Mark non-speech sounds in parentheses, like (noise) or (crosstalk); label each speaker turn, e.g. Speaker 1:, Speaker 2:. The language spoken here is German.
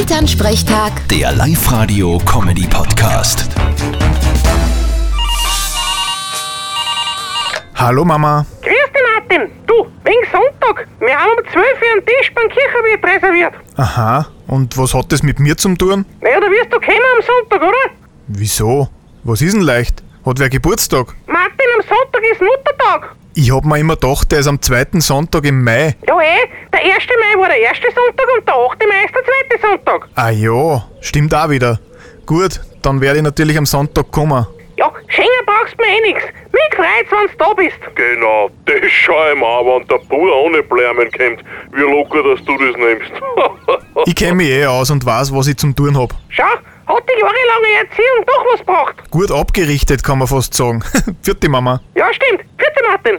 Speaker 1: Elternsprechtag,
Speaker 2: Der Live-Radio-Comedy-Podcast.
Speaker 3: Hallo Mama.
Speaker 4: Grüß dich, Martin. Du, wegen Sonntag. Wir haben um 12 Uhr einen Tisch beim Kirchenwirt reserviert.
Speaker 3: Aha, und was hat das mit mir zum tun?
Speaker 4: Naja, da wirst du kommen am Sonntag, oder?
Speaker 3: Wieso? Was ist denn leicht? Hat wer Geburtstag?
Speaker 4: Martin, am Sonntag ist Muttertag.
Speaker 3: Ich hab mir immer gedacht, der ist am zweiten Sonntag im Mai.
Speaker 4: Ja, eh, der 1. Mai war der erste Sonntag und der 8. Mai ist der zweite Sonntag.
Speaker 3: Ah ja, stimmt auch wieder. Gut, dann werde ich natürlich am Sonntag kommen.
Speaker 4: Ja, Schengen brauchst du mir eh nix. Mich freut's, wenn's da bist.
Speaker 5: Genau, das schau ich mir an, wenn der Bruder ohne Blämen kommt, wie locker, dass du das nimmst.
Speaker 3: Ich kenne mich eh aus und weiß, was ich zum tun hab.
Speaker 4: Schau, hat die jahrelange Erziehung doch was gebracht.
Speaker 3: Gut abgerichtet, kann man fast sagen. (laughs) Vierte Mama.
Speaker 4: Ja, stimmt. Vierte Martin.